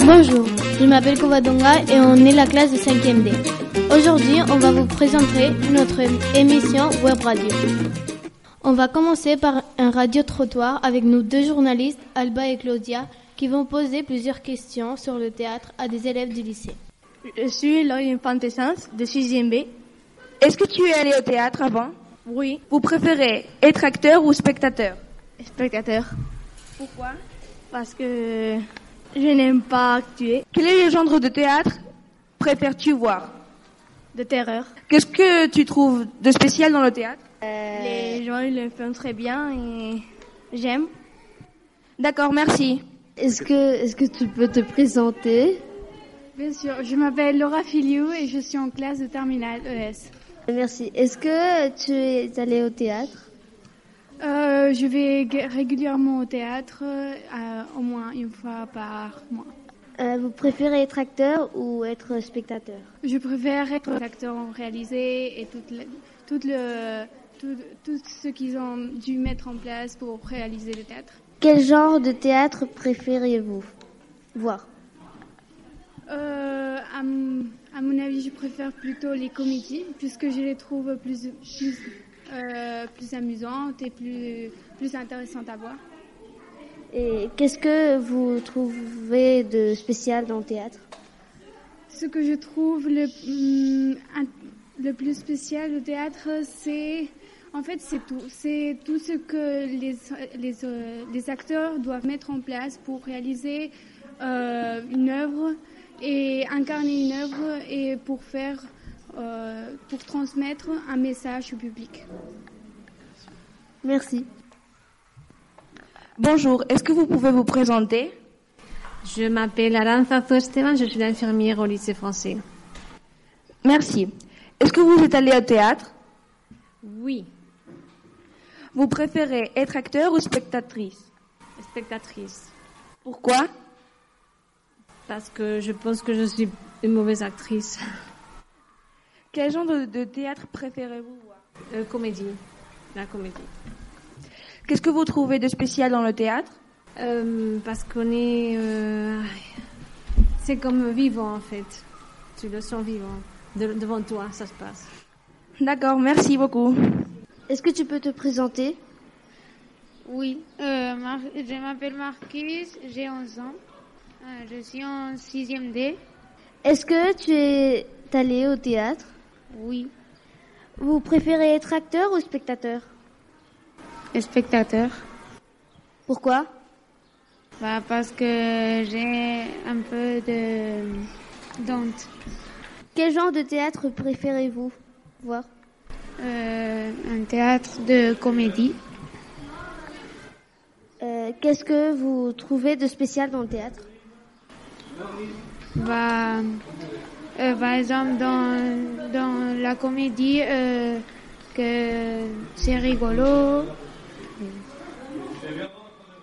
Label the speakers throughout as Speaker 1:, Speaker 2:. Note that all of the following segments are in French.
Speaker 1: Bonjour, je m'appelle Kovadonga et on est la classe de 5e D. Aujourd'hui, on va vous présenter notre émission Web Radio. On va commencer par un radio-trottoir avec nos deux journalistes, Alba et Claudia, qui vont poser plusieurs questions sur le théâtre à des élèves du lycée.
Speaker 2: Je suis Laurie Infantessence de 6e B.
Speaker 3: Est-ce que tu es allé au théâtre avant
Speaker 2: Oui,
Speaker 3: Vous préférez être acteur ou spectateur
Speaker 2: spectateur.
Speaker 3: Pourquoi
Speaker 2: Parce que je n'aime pas actuer
Speaker 3: Quel est le genre de théâtre préfères-tu voir
Speaker 2: de terreur.
Speaker 3: Qu'est-ce que tu trouves de spécial dans le théâtre
Speaker 4: Euh.
Speaker 2: Les gens ils le font très bien et j'aime.
Speaker 3: D'accord, merci.
Speaker 4: Est-ce que, est-ce que tu peux te présenter
Speaker 5: Bien sûr, je m'appelle Laura Filiou et je suis en classe de terminale E ES.
Speaker 4: Merci. Est-ce que tu es allée au théâtre
Speaker 5: Euh, je vais gu- régulièrement au théâtre, euh, au moins une fois par mois.
Speaker 4: Euh, Vous préférez être acteur ou être spectateur
Speaker 5: Je préfère être acteur réalisé et tout, le, tout, le, tout, tout ce qu'ils ont dû mettre en place pour réaliser le théâtre.
Speaker 4: Quel genre de théâtre préférez-vous voir
Speaker 5: Euh, à, mon- à mon avis, je préfère plutôt les comédies, puisque je les trouve plus, plus, euh, plus amusantes et plus, plus intéressantes à voir.
Speaker 4: Et qu'est-ce que vous trouvez de spécial dans le théâtre
Speaker 5: Ce que je trouve le, hum, un- le plus spécial au théâtre, c'est en fait c'est tout, c'est tout ce que les, les, euh, les acteurs doivent mettre en place pour réaliser euh, une œuvre et incarner une œuvre et pour faire euh, pour transmettre un message au public.
Speaker 4: Merci.
Speaker 3: Bonjour, est-ce que vous pouvez vous présenter
Speaker 6: Je m'appelle Aranza Fuesteban, je suis infirmière au lycée français.
Speaker 3: Merci. Est-ce que vous êtes allé au théâtre
Speaker 6: Oui,
Speaker 3: Vous préférez être acteur ou spectatrice
Speaker 6: spectatrice,
Speaker 3: Pourquoi
Speaker 6: parce que je pense que je suis une mauvaise actrice.
Speaker 3: Quel genre de, de théâtre préférez-vous voir
Speaker 6: Euh, comédie, la comédie.
Speaker 3: Qu'est-ce que vous trouvez de spécial dans le théâtre
Speaker 6: Euh, parce qu'on est... euh, C'est comme vivant en fait. Tu le sens vivant. De- devant toi, ça se passe.
Speaker 3: D'accord, merci beaucoup.
Speaker 4: Est-ce que tu peux te présenter
Speaker 7: Oui, euh, Mar- je m'appelle Marcus, j'ai 11 ans. Euh, je suis en 6e D.
Speaker 4: Est-ce que tu es allée au théâtre
Speaker 7: Oui.
Speaker 4: Vous préférez être acteur ou spectateur
Speaker 7: Spectateur.
Speaker 4: Pourquoi
Speaker 7: Bah, parce que j'ai un peu de d'honte.
Speaker 4: Quel genre de théâtre préférez-vous voir
Speaker 7: Euh, un théâtre de comédie.
Speaker 4: Euh, Qu'est-ce que vous trouvez de spécial dans le théâtre
Speaker 7: Bah, euh, par exemple, dans, dans la comédie, euh, que c'est rigolo.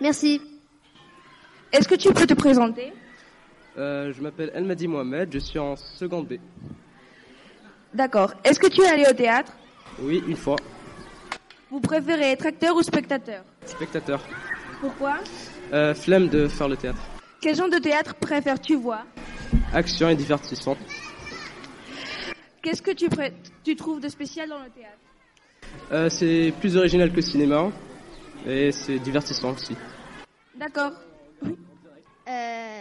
Speaker 4: Merci.
Speaker 3: Est-ce que tu peux te présenter
Speaker 8: Euh, je m'appelle Elmadi Mohamed, je suis en seconde B.
Speaker 3: D'accord. Est-ce que tu es allé au théâtre
Speaker 8: Oui, une fois,
Speaker 3: Vous préférez être acteur ou spectateur
Speaker 8: spectateur.
Speaker 3: Pourquoi
Speaker 8: Euh, flemme de faire le théâtre.
Speaker 3: Quel genre de théâtre préfères-tu voir
Speaker 8: Action et divertissement.
Speaker 3: Qu'est-ce que tu, pré- tu trouves de spécial dans le théâtre
Speaker 8: Euh, c'est plus original que le cinéma et c'est divertissant aussi.
Speaker 3: D'accord.
Speaker 4: Euh,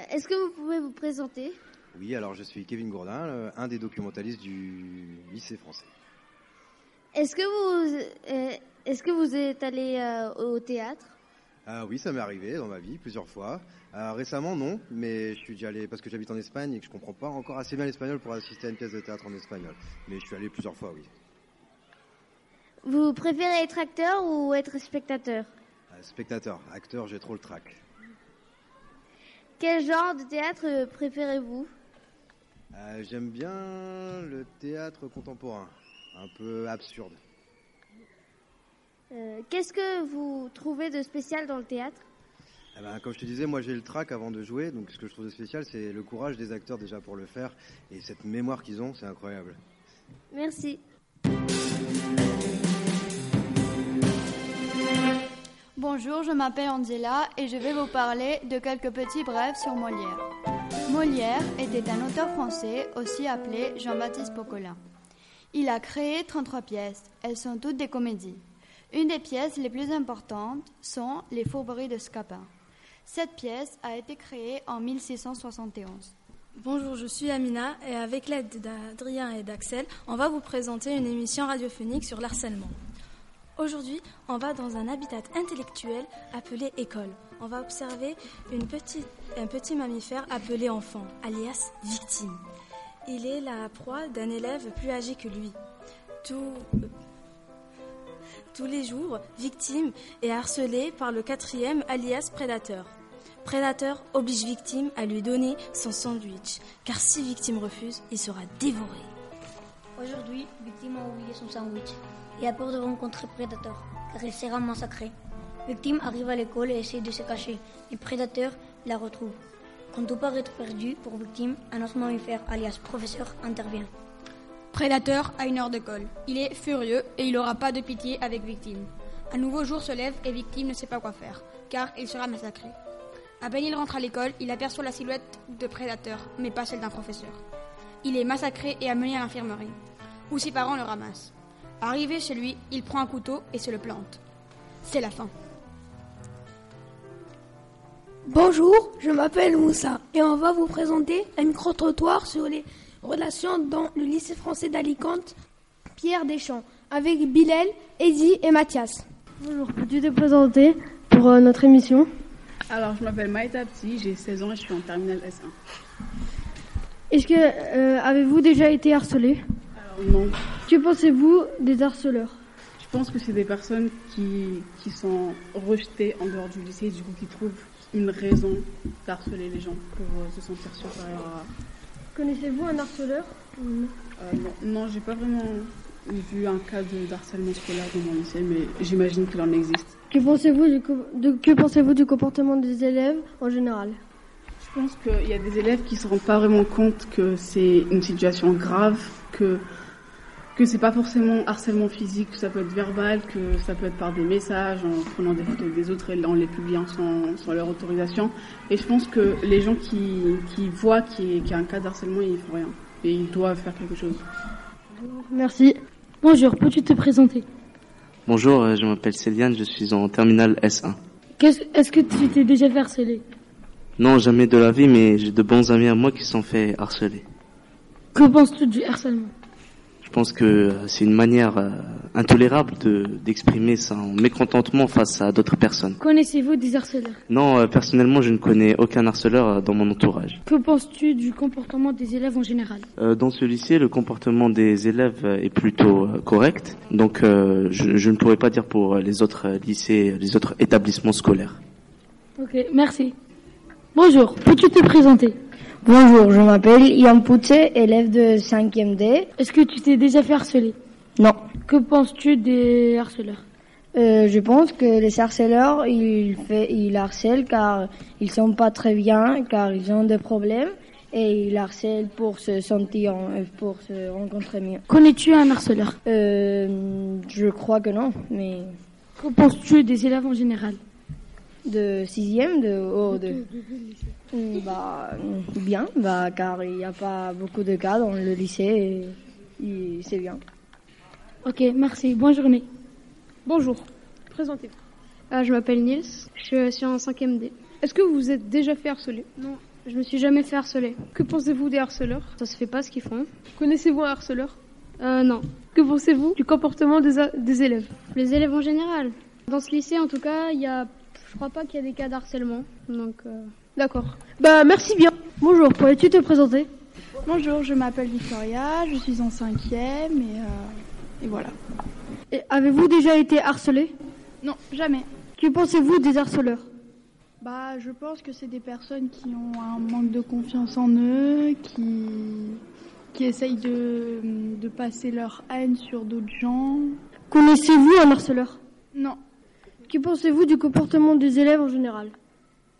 Speaker 4: Est-ce que vous pouvez vous présenter
Speaker 9: Oui, alors je suis Kevin Gourdin, euh, un des documentalistes du lycée français.
Speaker 4: Est-ce que vous euh, est-ce que vous êtes allé euh, au théâtre
Speaker 9: Ah oui, ça m'est arrivé dans ma vie plusieurs fois. Euh, récemment, non, mais je suis déjà allé parce que j'habite en Espagne et que je comprends pas encore assez bien l'espagnol pour assister à une pièce de théâtre en espagnol. Mais je suis allé plusieurs fois, oui.
Speaker 4: Vous préférez être acteur ou être spectateur
Speaker 9: Euh, spectateur, acteur, j'ai trop le trac.
Speaker 4: Quel genre de théâtre euh, préférez-vous
Speaker 9: Euh, J'aime bien le théâtre contemporain, un peu absurde.
Speaker 4: Euh, Qu'est-ce que vous trouvez de spécial dans le théâtre
Speaker 9: Eh ben, comme je te disais, moi j'ai le trac avant de jouer, donc ce que je trouve de spécial, c'est le courage des acteurs déjà pour le faire et cette mémoire qu'ils ont, c'est incroyable.
Speaker 4: Merci.
Speaker 10: Bonjour, je m'appelle Angela et je vais vous parler de quelques petits brèves sur Molière. Molière était un auteur français aussi appelé Jean-Baptiste Pocola. Il a créé 33 pièces. Elles sont toutes des comédies. Une des pièces les plus importantes sont Les fourberies de Scapin. Cette pièce a été créée en 1671.
Speaker 11: Bonjour, je suis Amina et avec l'aide d'Adrien et d'Axel, on va vous présenter une émission radiophonique sur l'harcèlement. Aujourd'hui, on va dans un habitat intellectuel appelé école. On va observer une petite, un petit mammifère appelé enfant, alias victime. Il est la proie d'un élève plus âgé que lui. Tout, tous les jours, victime est harcelé par le quatrième alias prédateur. Prédateur oblige victime à lui donner son sandwich, car si victime refuse, il sera dévoré.
Speaker 12: Aujourd'hui, victime a oublié son sandwich et a peur de rencontrer Prédateur, car il sera massacré. Victime arrive à l'école et essaie de se cacher, mais Prédateur la retrouve. Quand tout paraît perdu pour Victime, un autre mammifère, alias Professeur, intervient.
Speaker 13: Prédateur a une heure de colle. Il est furieux et il n'aura pas de pitié avec Victime. Un nouveau jour se lève et Victime ne sait pas quoi faire, car il sera massacré. À peine il rentre à l'école, il aperçoit la silhouette de Prédateur, mais pas celle d'un professeur. Il est massacré et amené à l'infirmerie, où ses parents le ramassent. Arrivé chez lui, il prend un couteau et se le plante. C'est la fin.
Speaker 14: Bonjour, je m'appelle Moussa et on va vous présenter un micro-trottoir sur les relations dans le lycée français d'Alicante, Pierre Deschamps, avec Bilal, Eddy et Mathias.
Speaker 4: Bonjour, peux-tu te présenter pour euh, notre émission
Speaker 5: Alors, je m'appelle Maïta Petit, j'ai 16 ans et je suis en terminale S1.
Speaker 4: Est-ce que euh, avez-vous déjà été harcelé
Speaker 5: Alors, non.
Speaker 4: Que pensez-vous des harceleurs
Speaker 5: Je pense que c'est des personnes qui, qui sont rejetées en dehors du lycée, du coup, qui trouvent une raison d'harceler les gens pour euh, se sentir supérieur à.
Speaker 4: Connaissez-vous un harceleur
Speaker 5: Euh, non, non, j'ai pas vraiment vu un cas de- d'harcèlement scolaire dans mon lycée, mais j'imagine qu'il en existe.
Speaker 4: Que pensez-vous du, co- de- que pensez-vous du comportement des élèves en général
Speaker 5: Je pense qu'il y a des élèves qui se rendent pas vraiment compte que c'est une situation grave, que que c'est pas forcément harcèlement physique, que ça peut être verbal, que ça peut être par des messages, en prenant des photos des autres et en les publiant sans, sans leur autorisation. Et je pense que les gens qui, qui voient qu'il y, qu'il y a un cas d'harcèlement, ils font rien. Et ils doivent faire quelque chose.
Speaker 4: Merci. Bonjour, peux-tu te présenter
Speaker 15: Bonjour, euh, je m'appelle Céliane, je suis en terminale S1.
Speaker 4: Qu'est-ce- Est-ce que tu t'es déjà fait harceler
Speaker 15: Non, jamais de la vie, mais j'ai de bons amis à moi qui se sont fait harceler.
Speaker 4: Que penses-tu du harcèlement
Speaker 15: Je pense que euh, c'est une manière euh, intolérable de d'exprimer son mécontentement face à d'autres personnes.
Speaker 4: Connaissez-vous des harceleurs
Speaker 15: Non, euh, personnellement, je ne connais aucun harceleur euh, dans mon entourage.
Speaker 4: Que penses-tu du comportement des élèves en général
Speaker 15: Euh, Dans ce lycée, le comportement des élèves euh, est plutôt euh, correct, donc euh, je, je ne pourrais pas dire pour euh, les autres euh, lycées, les autres établissements scolaires.
Speaker 4: Ok, merci. Bonjour, peux-tu te présenter
Speaker 16: Bonjour, je m'appelle Yann Poutet, élève de 5e D.
Speaker 4: Est-ce que tu t'es déjà fait harceler
Speaker 16: Non.
Speaker 4: Que penses-tu des harceleurs
Speaker 16: Euh, je pense que les harceleurs, ils, fait, ils harcèlent car ils sont pas très bien, car ils ont des problèmes et ils harcèlent pour se sentir, euh, pour se rencontrer mieux.
Speaker 4: Connais-tu un harceleur
Speaker 16: Euh, je crois que non, mais
Speaker 4: Que penses-tu des élèves en général
Speaker 16: de 6e, de, oh, de,
Speaker 4: Est-ce
Speaker 16: Mm, bah, mm, bien, bah, car il n'y a pas beaucoup de cas dans le lycée et, et c'est bien.
Speaker 4: Ok, merci. Bonne journée.
Speaker 17: Bonjour. Présentez-vous.
Speaker 5: Euh,
Speaker 17: je m'appelle Niels. Je suis en 5e D. Est-ce que vous vous êtes déjà fait harceler Non. Je me suis jamais fait harceler. Que pensez-vous des harceleurs Ça se fait pas ce qu'ils font. Connaissez-vous un harceleur Euh, non. Que pensez-vous du comportement des, a- des élèves
Speaker 18: Les élèves en général. Dans ce lycée, en tout cas, il y a, je crois pas qu'il y a des cas d'harcèlement. Donc, euh,
Speaker 17: D'accord. Bah, merci bien.
Speaker 4: Bonjour, pourrais-tu te présenter
Speaker 19: Bonjour, je m'appelle Victoria, je suis en cinquième et, euh, et voilà.
Speaker 4: Et Avez-vous déjà été harcelé
Speaker 19: Non, jamais.
Speaker 4: Que pensez-vous des harceleurs
Speaker 19: Bah, je pense que c'est des personnes qui ont un manque de confiance en eux, qui, qui essayent de, de passer leur haine sur d'autres gens.
Speaker 4: Connaissez-vous un harceleur
Speaker 19: Non.
Speaker 4: Que pensez-vous du comportement des élèves en général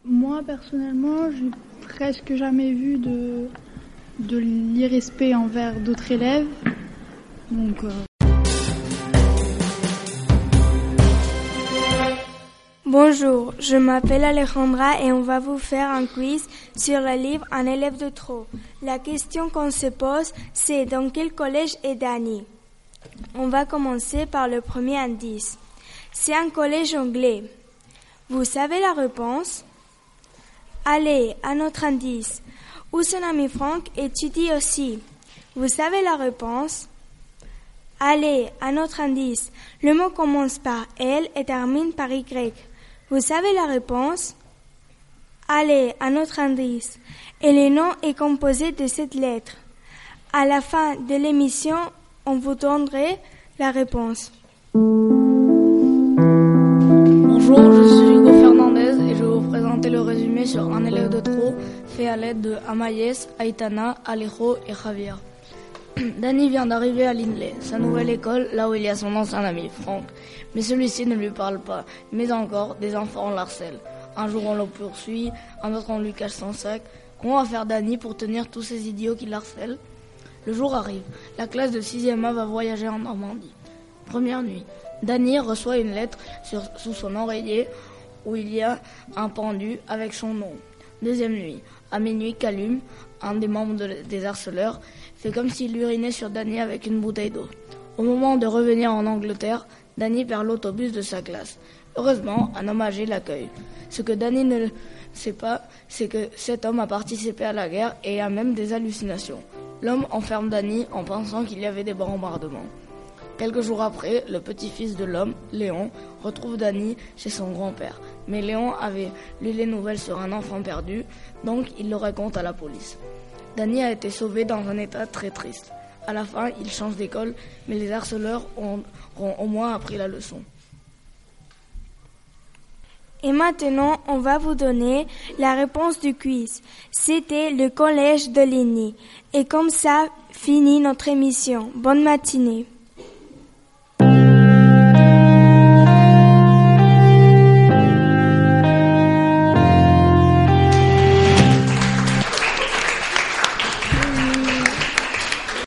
Speaker 19: Moi, personnellement, j'ai presque jamais vu de, de l'irrespect envers d'autres élèves. Donc. euh,
Speaker 5: Bonjour, je m'appelle Alejandra et on va vous faire un quiz sur le livre Un élève de trop. La question qu'on se pose, c'est dans quel collège est Dani On va commencer par le premier indice. C'est un collège anglais. Vous savez la réponse Allez, un autre indice. Où son ami Franck étudie aussi. Vous savez la réponse Allez, un autre indice. Le mot commence par L et termine par Y. Vous savez la réponse Allez, un autre indice. Et le nom est composé de cette lettre. À la fin de l'émission, on vous donnerait la réponse.
Speaker 16: Bonjour, je suis Hugo Fernandez et je vais vous présenter le résumé sur un élève de trop fait à l'aide de Amaïs, Aitana, Alejo et Javier. Danny vient d'arriver à Lindley, sa nouvelle école, là où il y a son ancien ami, Franck. Mais celui-ci ne lui parle pas, mais encore, des enfants l'harcèlent. Un jour on le poursuit, un autre on lui cache son sac. Comment va faire Danny pour tenir tous ces idiots qui l'harcèlent Le jour arrive, la classe de 6e A va voyager en Normandie. Première nuit, Danny reçoit une lettre sur- sous son oreiller où il y a un pendu avec son nom. Deuxième nuit, à minuit, Calum, un des membres de- des harceleurs, fait comme s'il urinait sur Danny avec une bouteille d'eau. Au moment de revenir en Angleterre, Danny perd l'autobus de sa classe. Heureusement, un homme âgé l'accueille. Ce que Danny ne sait pas, c'est que cet homme a participé à la guerre et a même des hallucinations. L'homme enferme Danny en pensant qu'il y avait des bombardements. Quelques jours après, le petit-fils de l'homme, Léon, retrouve Danny chez son grand-père. Mais Léon avait lu les nouvelles sur un enfant perdu, donc il le raconte à la police. Danny a été sauvé dans un état très triste. À la fin, il change d'école, mais les harceleurs ont- auront au moins appris la leçon.
Speaker 5: Et maintenant, on va vous donner la réponse du quiz. C'était le collège de Ligny. Et comme ça, finit notre émission. Bonne matinée.